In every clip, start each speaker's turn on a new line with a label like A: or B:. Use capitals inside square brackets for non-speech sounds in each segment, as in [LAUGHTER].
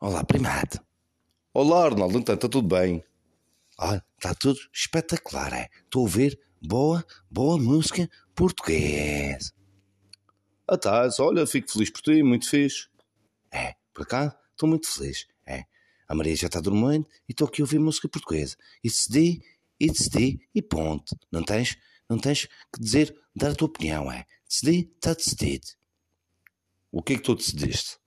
A: Olá, primate.
B: Olá, Arnaldo, então está tudo bem?
A: Olha, Ah, está tudo espetacular, é? Estou a ouvir boa, boa música portuguesa.
B: Ah, tá, olha, fico feliz por ti, muito fixe.
A: É, por acaso, estou muito feliz, é? A Maria já está dormindo e estou aqui a ouvir música portuguesa. E decidi, e decidi, e ponto. Não tens, não tens que dizer, dar a tua opinião, é? Decidi, está decidido.
B: O que é que tu decidiste?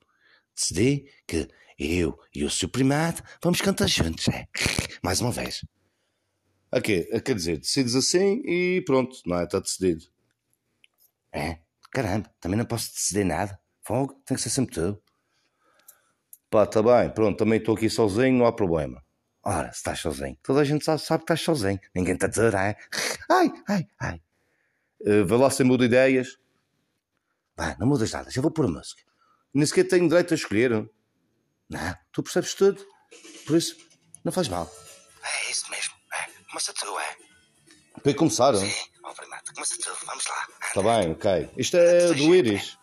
A: Decidi que eu e o seu primado vamos cantar juntos, é? Mais uma vez.
B: Ok, eh, quer dizer, decides assim e pronto, não é? Está decidido.
A: É? Caramba, também não posso decidir nada. Fogo, tem que ser sempre tu.
B: Pá, está bem, pronto, também estou aqui sozinho, não há problema.
A: Ora, se estás sozinho, toda a gente sabe, sabe que estás sozinho. Ninguém está a dizer, é? Ai, ai, ai.
B: Uh, vai lá sem muda ideias.
A: Vai, não mudas nada, já vou pôr a música.
B: Nem sequer tenho direito a escolher.
A: Não, tu percebes tudo. Por isso, não faz mal. É isso mesmo. É. Começa tu, é?
B: Quer começar?
A: Sim, ó primato, É, começa tu. Vamos lá.
B: Está bem, ok. Isto é do Iris.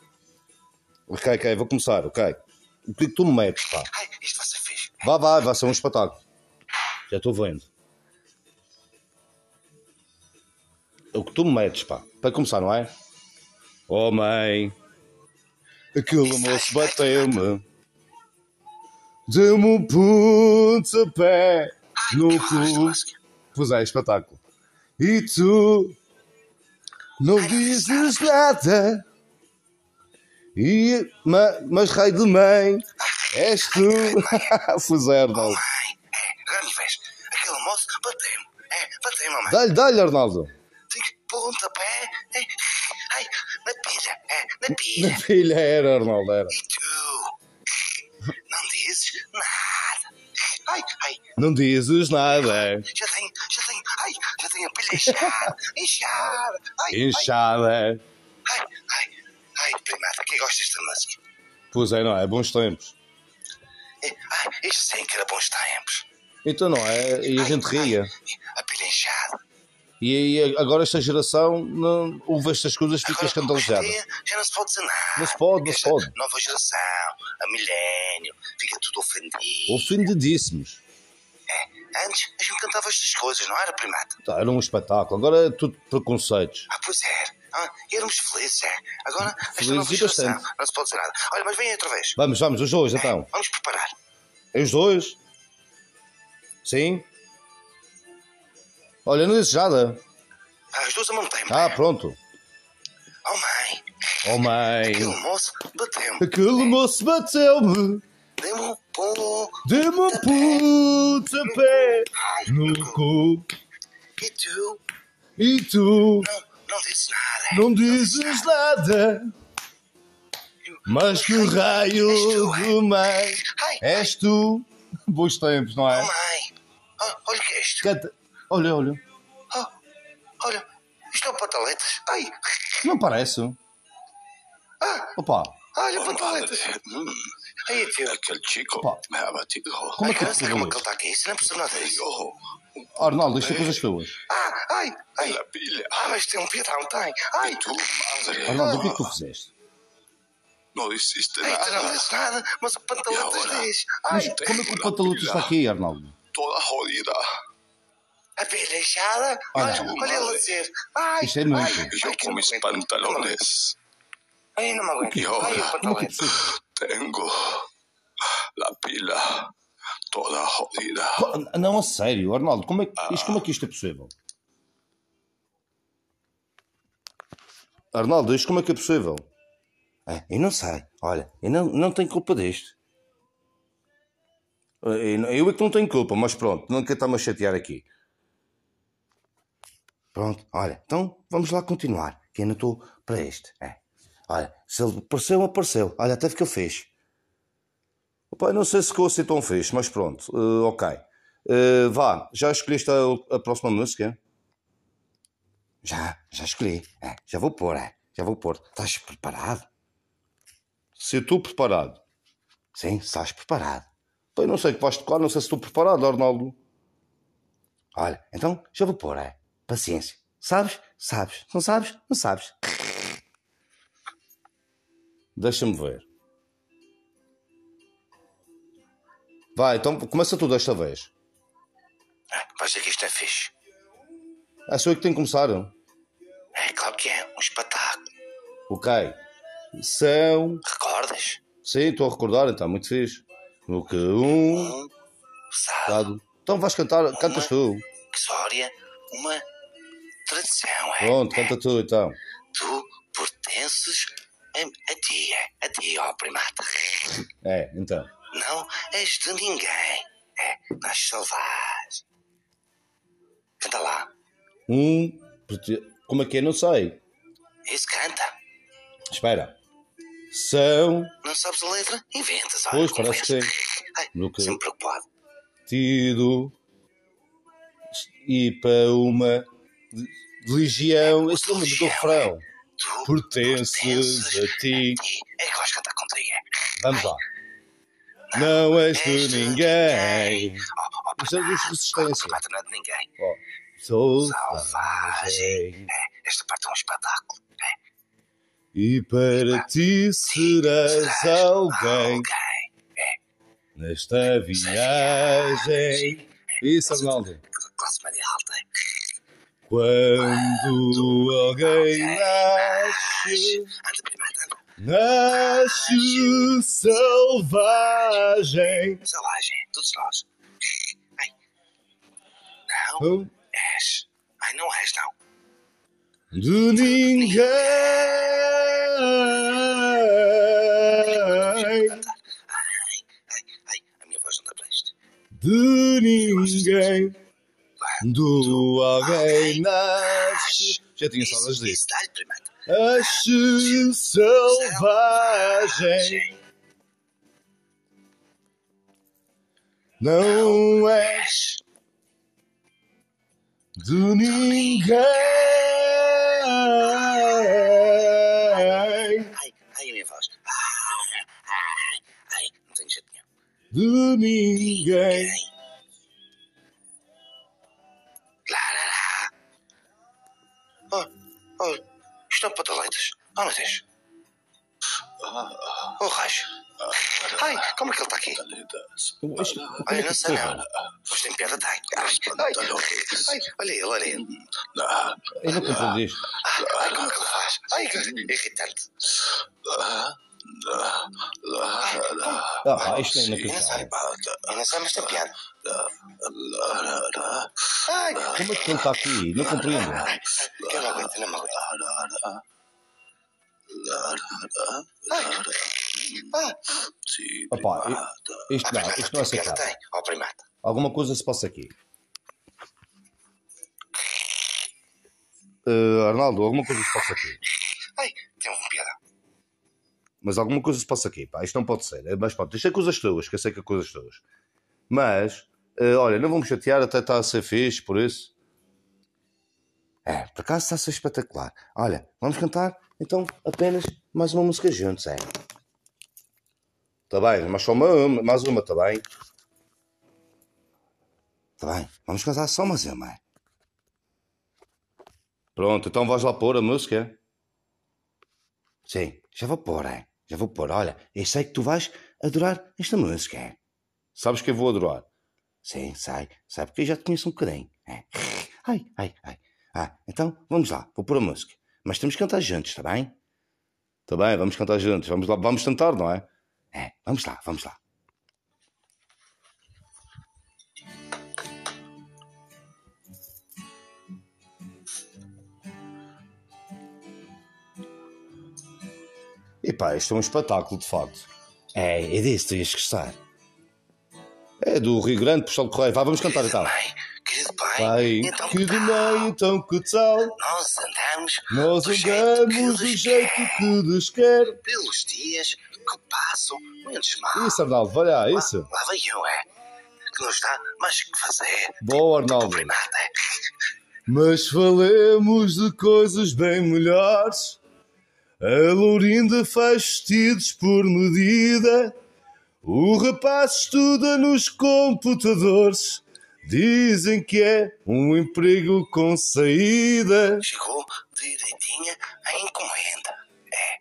B: Ok, ok, vou começar, ok. O que é que tu me metes, pá?
A: Ai, isto vai ser fixe.
B: Vá, vai, vai ser um espetáculo. Já estou vendo. É O que tu me metes, pá? Para começar, não é? Oh, mãe. Aquele moço bateu-me. Deu-me um pontapé no cu. Pois é, espetáculo. E tu não dizes nada. E, ma, mas rei de mãe, és tu. [LAUGHS] pois é, Arnaldo.
A: Ai, é, já me vês. Aquele moço bateu-me. É, bateu-me, mamãe.
B: Dá-lhe, dá-lhe, Arnaldo.
A: Tem que pontapé. É, ai, na pilha. É, na
B: Na
A: pilha.
B: filha era, Arnaldo, era.
A: E tu? Não dizes nada. Ai, ai,
B: Não dizes nada.
A: já tenho, já tenho, ai, já tenho a pilha inchada, inchada. Ai,
B: Inchada.
A: ai, ai, ai, ai, primata, que gostas desta música?
B: Pois é, não é? Bons tempos.
A: É, Ai, isto sim que era bons tempos.
B: Então não é? E a gente ria.
A: A pilha inchada.
B: E aí, agora esta geração não ouve estas coisas, fica escandalizada.
A: hoje em dia Já não se pode dizer nada.
B: Não se pode, não se
A: Esta
B: pode.
A: Nova geração, a milénio, fica tudo
B: Oh.
A: ofendido.
B: Ofendidíssimos.
A: Antes a gente cantava estas coisas, não era, primata?
B: Tá, Era um espetáculo. Agora é tudo preconceitos.
A: Ah, pois é. Ah, éramos felizes, é. Agora, esta
B: Felizes
A: nova
B: e
A: geração,
B: bastante.
A: não se pode dizer nada. Olha, mas vem outra vez.
B: Vamos, vamos, os dois então. É
A: Vamos preparar.
B: Os dois? Sim? Olha, não disse nada.
A: Às duas ao mesmo tempo.
B: Ah, pronto.
A: Oh, mãe,
B: Oh, mãe.
A: aquele moço bateu-me.
B: Aquele moço bateu-me.
A: Deu-me um pum.
B: Deu-me um pontapé
A: Ai,
B: no cu.
A: e tu?
B: E tu
A: Não, não disse nada. é.
B: não dizes nada. Mas que raio do mãe
A: Ai,
B: és tu. Bons tempos, não
A: oh,
B: é?
A: mãe. Ah, olha o que é isto.
B: Canta. Olha, olha.
A: Ah, olha, isto é um pataletas. Ai,
B: Não parece.
A: ah,
B: Opa.
A: olha, pataletas. Aí, tio.
C: Oh, Hum. Aquele chico
B: Pá.
C: me ha batido.
B: Como é que
A: eu não sei como é que
B: é
A: ele está aqui. Isso não percebo nada disso.
C: Ojo,
B: Arnaldo, isto é coisas tuas.
A: Ah, ai, ai.
C: la pila.
A: Ah, mas tem um piedão, tem. Ai,
C: Tu madre.
B: Arnaldo, o que é que tu fizeste?
C: No hiciste
A: Ei, tu não
C: nada.
A: dizes nada, mas o
C: E
A: pataletas
C: agora?
A: diz.
B: Mas
A: Ai,
B: como é que o Pataluto está aqui, Arnaldo?
C: Toda jodida. é-
A: a pele é inchada.
B: Olha.
A: Olha, olha ele a dizer. Ai,
B: Isto é muito.
A: ai,
C: Y yo
A: ai, que
C: con
A: não
C: mis
A: aguento.
C: pantalones
A: Ai, não me aguento. Ai,
C: E
A: o
C: agora?
B: Como é que é
A: pataletas.
B: possível?
C: tengo la pila toda jodida.
B: Co- Não, a sério, Arnaldo, como é, que- isto, como é que isto é possível? Arnaldo, isto como é que é possível?
A: Ah, eu não sei. Olha, eu não, não tenho culpa disto.
B: Eu eu é que não tenho culpa, mas pronto, não quero estar-me a chatear aqui.
A: Pronto, olha, então vamos lá continuar, que ainda estou para este. É. Olha, se ele apareceu, apareceu. Olha, até ficou fixe.
B: Opa, eu não sei se ficou assim tão fixe, mas pronto, eh, ok. Eh, vá, já escolheste a, a próxima música?
A: Já, já escolhi. É, já vou pôr, é. Já vou pôr. Estás preparado?
B: Se eu estou preparado.
A: Sim, estás preparado.
B: Pá, eu não sei o que vais tocar, não sei se estou preparado, Arnaldo.
A: Olha, então já vou pôr, é. Paciência. Sabes? Sabes. Não sabes? Não sabes.
B: Deixa-me ver. Vai, então começa tu desta vez.
A: Ah, Vais ver que isto é fixe.
B: Ah, sou eu que tenho que começar.
A: É claro que é, um espetáculo.
B: Ok. São.
A: Recordas?
B: Sim, estou a recordar, então, muito fixe. No que um.
A: Um, sabe,
B: dado. Então vais cantar, cantas tu.
A: que história, uma tradição, é?
B: Pronto, canta tu então.
A: Tu pertences a, a ti, é? A ti, ó primata. [LAUGHS]
B: É, então.
A: Não és de ninguém. É, nós salvares. Canta lá.
B: Um. prete- Como é que é? Não sei.
A: Isso canta.
B: Espera. São.
A: Não sabes a letra? Inventas. olha,
B: Pois, parece que
A: conversas.
B: sim.
A: [LAUGHS] Ai,
B: No que-
A: Sempre preocupado.
B: Tido. E para uma. Legião. Esse nome do refrão.
A: Tu
B: Pertences a ti.
A: ti. É que vais cantar contigo, é?
B: Vamos lá. Não és de ninguém.
A: Oh, oh,
B: Mas é dos resistência.
A: primata não é de ninguém.
B: Sou
A: Selvagem.
B: selvagem.
A: Esta parte é um espetáculo.
B: E para ti serás alguém
A: Alguém.
B: nesta viagem. Isso, Arnaldo.
A: de Classe média alta.
B: Quando alguém nasce,
A: Anda, primata, anda.
B: nasce selvagem.
A: Selvagem. Todos nós. Ai. Não és. Ai, não és, não.
B: De ninguém.
A: Cantar. Ai, ai, ai. A minha voz não dá para isto.
B: de ninguém. Quando alguém nasce. Já tinha
A: Isso,
B: saudades disso.
A: Isso, dá-lhe, primata.
B: Nasce selvagem.
A: Selvagem.
B: Não é
A: És.
B: de
A: Ai, ai,
B: ninguém.
A: a minha voz. Ai, ai, ai, não tenho jeito nenhum.
B: De ninguém.
A: Oh, oh, isto não pode leitas. Oh, meu Deus.
B: Ah,
A: Oh, raio. Ai, como é que ele está aqui?
C: Pantaletas.
B: é
A: Olha, não sei não. Mas tem piada, tem. Ai, ai,
B: Tá
A: ai, olha ele, olha ele.
C: Ah,
B: Eu não compreendi isto.
A: Ai, como é que ele faz? Ai, que irritante.
C: ah, ah, ah, ah,
B: Ah, isto é
A: Eu não sei.
B: inacreditável.
A: Eu não sei, mas tem piada.
C: ah, ah,
A: Ai,
B: Como é que ele está aqui? Não compreendo.
A: eu não aguento, eu não me aguento. Ai, ai,
C: sim,
B: Opa,
C: primata.
B: Ah, Isto não,
A: primata,
B: isto não é
A: tem piada,
B: aceitável.
A: tem. Oh, primata.
B: Alguma coisa se passa aqui. Eh, Arnaldo, alguma coisa se passa aqui.
A: Ai, tem uma piada.
B: Mas alguma coisa se passa aqui. Pá, isto não pode ser. Eh, Mas pronto, isto é coisas tuas, que eu sei que é coisas tuas. Mas, eh, olha, não vamos chatear, até está a ser fixe, por isso.
A: É, por acaso está a ser espetacular. Olha, vamos cantar então apenas mais uma música juntos, é?
B: Está Tá bem, mas só uma, mais uma, está bem?
A: Tá bem, vamos cantar só mais uma, é?
B: Pronto, então vais lá pôr a música.
A: Sim, já vou pôr, é? Já vou pôr, olha, eu sei que tu vais adorar esta música, é?
B: Sabes que eu vou adorar.
A: Sim, sei, sei, porque eu já te conheço um bocadinho, é? Ai, ai, ai. Ah, então vamos lá, vou pôr a música. Mas temos que cantar juntos, está bem? Tá
B: Está bem, vamos cantar juntos. Vamos lá, vamos tentar, não é?
A: É, vamos lá, vamos lá.
B: E pá, isto é um espetáculo, de facto.
A: É, eu disse, tu ias gostar.
B: É do Rio Grande, Postal de Correio. Vá, vamos cantar então.
A: Pai, querido pai,
B: Pai,
A: então
B: que de meio, então que tal?
A: nós andamos
B: Nós
A: Do jeito que é.
B: andamos do
A: Deus
B: jeito
A: quer.
B: que Deus quer.
A: pelos dias que passam menos mal.
B: Isso, Arnaldo, vai lá, isso.
A: Lá vai eu, é. Que não está mais que fazer.
B: Boa, Arnaldo.
A: Por nada.
B: Mas falemos de coisas bem melhores. A Lourinda faz vestidos por medida. O rapaz estuda nos computadores. Dizem que é um emprego com saída.
A: Chegou direitinha a encomenda. É.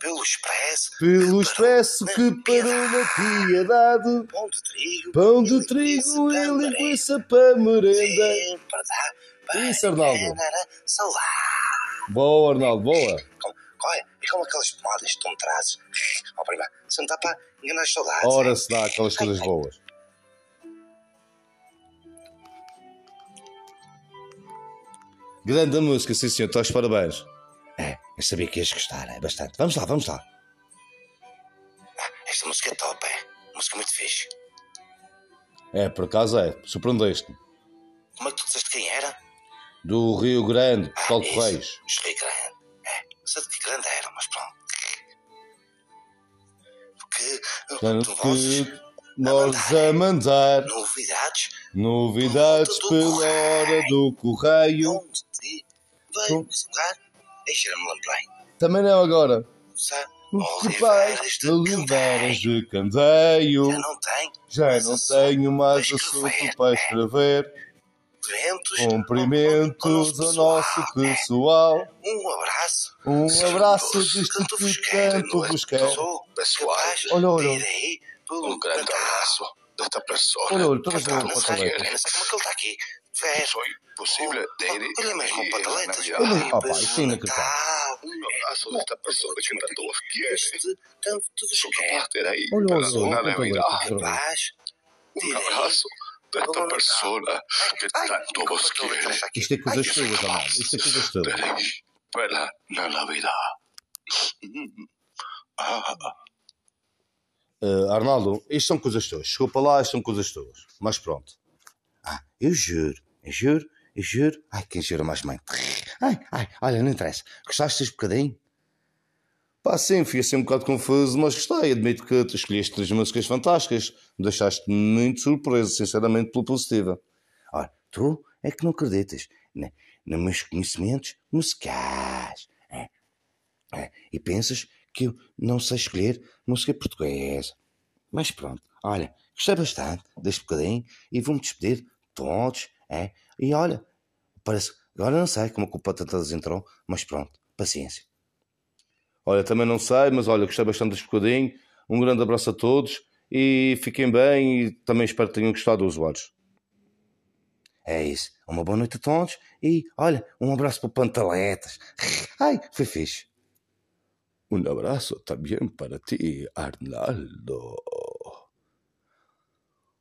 A: pelo expresso,
B: Pelo expresso que parou na piedade,
A: pão de trigo,
B: pão de trigo e linguiça para merenda.
A: Sempre dá
B: Isso, Arnaldo.
A: para saudar.
B: Boa, Arnaldo, boa.
A: Como- Olha, é como aquelas pomadas que tu me trazes. Ó, prima, se não dá para enganar as saudades. é?
B: Ora se dá aquelas coisas boas. Grande música, sim senhor, estás de parabéns.
A: É, eu sabia que ias gostar, é bastante. Vamos lá, vamos lá. Esta música é top, é. Música muito fixe.
B: É, por acaso é, surpreendeste-me.
A: Como é que tu disseste quem era? Ah,
B: Do Rio Grande, Paulo
A: isso,
B: Reis.
A: José Grande. É, não sei de que grande era, mas pronto. Porque
B: Tanto
A: tu vozes
B: que nós a mandar
A: novidades
B: novidades pela hora do correio.
A: onde te veio um jogar. Deixa-me lembrar.
B: Também não agora.
A: Sa-
B: Que pais
A: Oliveiras
B: de
A: de
B: oliveiras
A: Candeia.
B: de candeio.
A: Já não tem
B: Já não tenho mais assunto para escrever.
A: eventos.
B: Cumprimentos ao nosso pessoal.
A: né? Um abraço.
B: Um abraço
A: de
B: disto que tanto
A: é?
B: vos quer.
C: Pessoal,
B: Olha,
A: Olha,
B: olha.
A: olha. Aí,
C: um
A: tá
C: grande abraço desta pessoa.
B: Olha, olha, estou a
C: Cada
B: fazer
C: um
B: uma
C: sabe
B: pataleta.
C: que
A: Não sei tá como é que ele está aqui. Fer.
C: Foi é possível
A: Ah,
C: ter
A: Olha mesmo, um
C: aqui
A: pataletas.
C: na
B: Olha,
C: Navidad.
B: opa, isso é inacreditável.
A: tá,
C: Um abraço desta pessoa que tanto os quer.
A: Este tanto vos
C: Sou
A: quer.
C: capaz de ter aí
B: Olha,
C: para
B: olha,
C: toda a
B: olha,
A: Ah,
C: Navidad.
B: olha.
A: Paz.
C: Un abrazo de esta
A: Vamos a
C: persona que tanto vos quiere
B: Isto é coisas suas, amado. Isto é coisas
C: de
B: suas.
C: ley para la Navidad. Mm. Ah,
B: Eh, Arnaldo, isto são coisas tuas. Chegou para lá, isto são coisas tuas. Mas pronto.
A: Ah, eu juro, eu juro, eu juro. Ai, quem jura mais mãe. Ai, ai, olha, não interessa. Gostaste deste bocadinho?
B: Pá, sim, fui assim um bocado confuso, mas gostei. Admito que tu escolheste três músicas fantásticas. Me deixaste muito surpreso, sinceramente, pela positiva.
A: Ora, tu é que não acreditas na, nos meus conhecimentos musicais. É. É. E pensas que eu não sei escolher música portuguesa. Mas pronto, olha, gostei bastante deste bocadinho e vou-me despedir de todos. É. E olha, parece, agora não sei como a culpa tantas entrou, mas pronto, paciência.
B: Olha, também não sei, mas olha, gostei bastante deste bocadinho. Um grande abraço a todos e fiquem bem e também espero que tenham gostado dos usuários.
A: É isso. Uma boa noite a todos e olha, um abraço para o Pantaletas. Ai, foi fixe.
B: Um abraço também para ti, Arnaldo.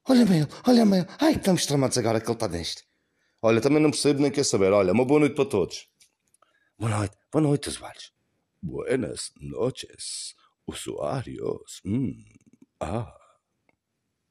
A: Olha-me ele, olha-me ele. Ai, estamos tramados agora que ele está deste.
B: Olha, também não percebo nem quer saber. Olha, uma boa noite para todos.
A: Boa noite, boa noite, usuários.
B: Buenas noches, usuários. Hum, ah.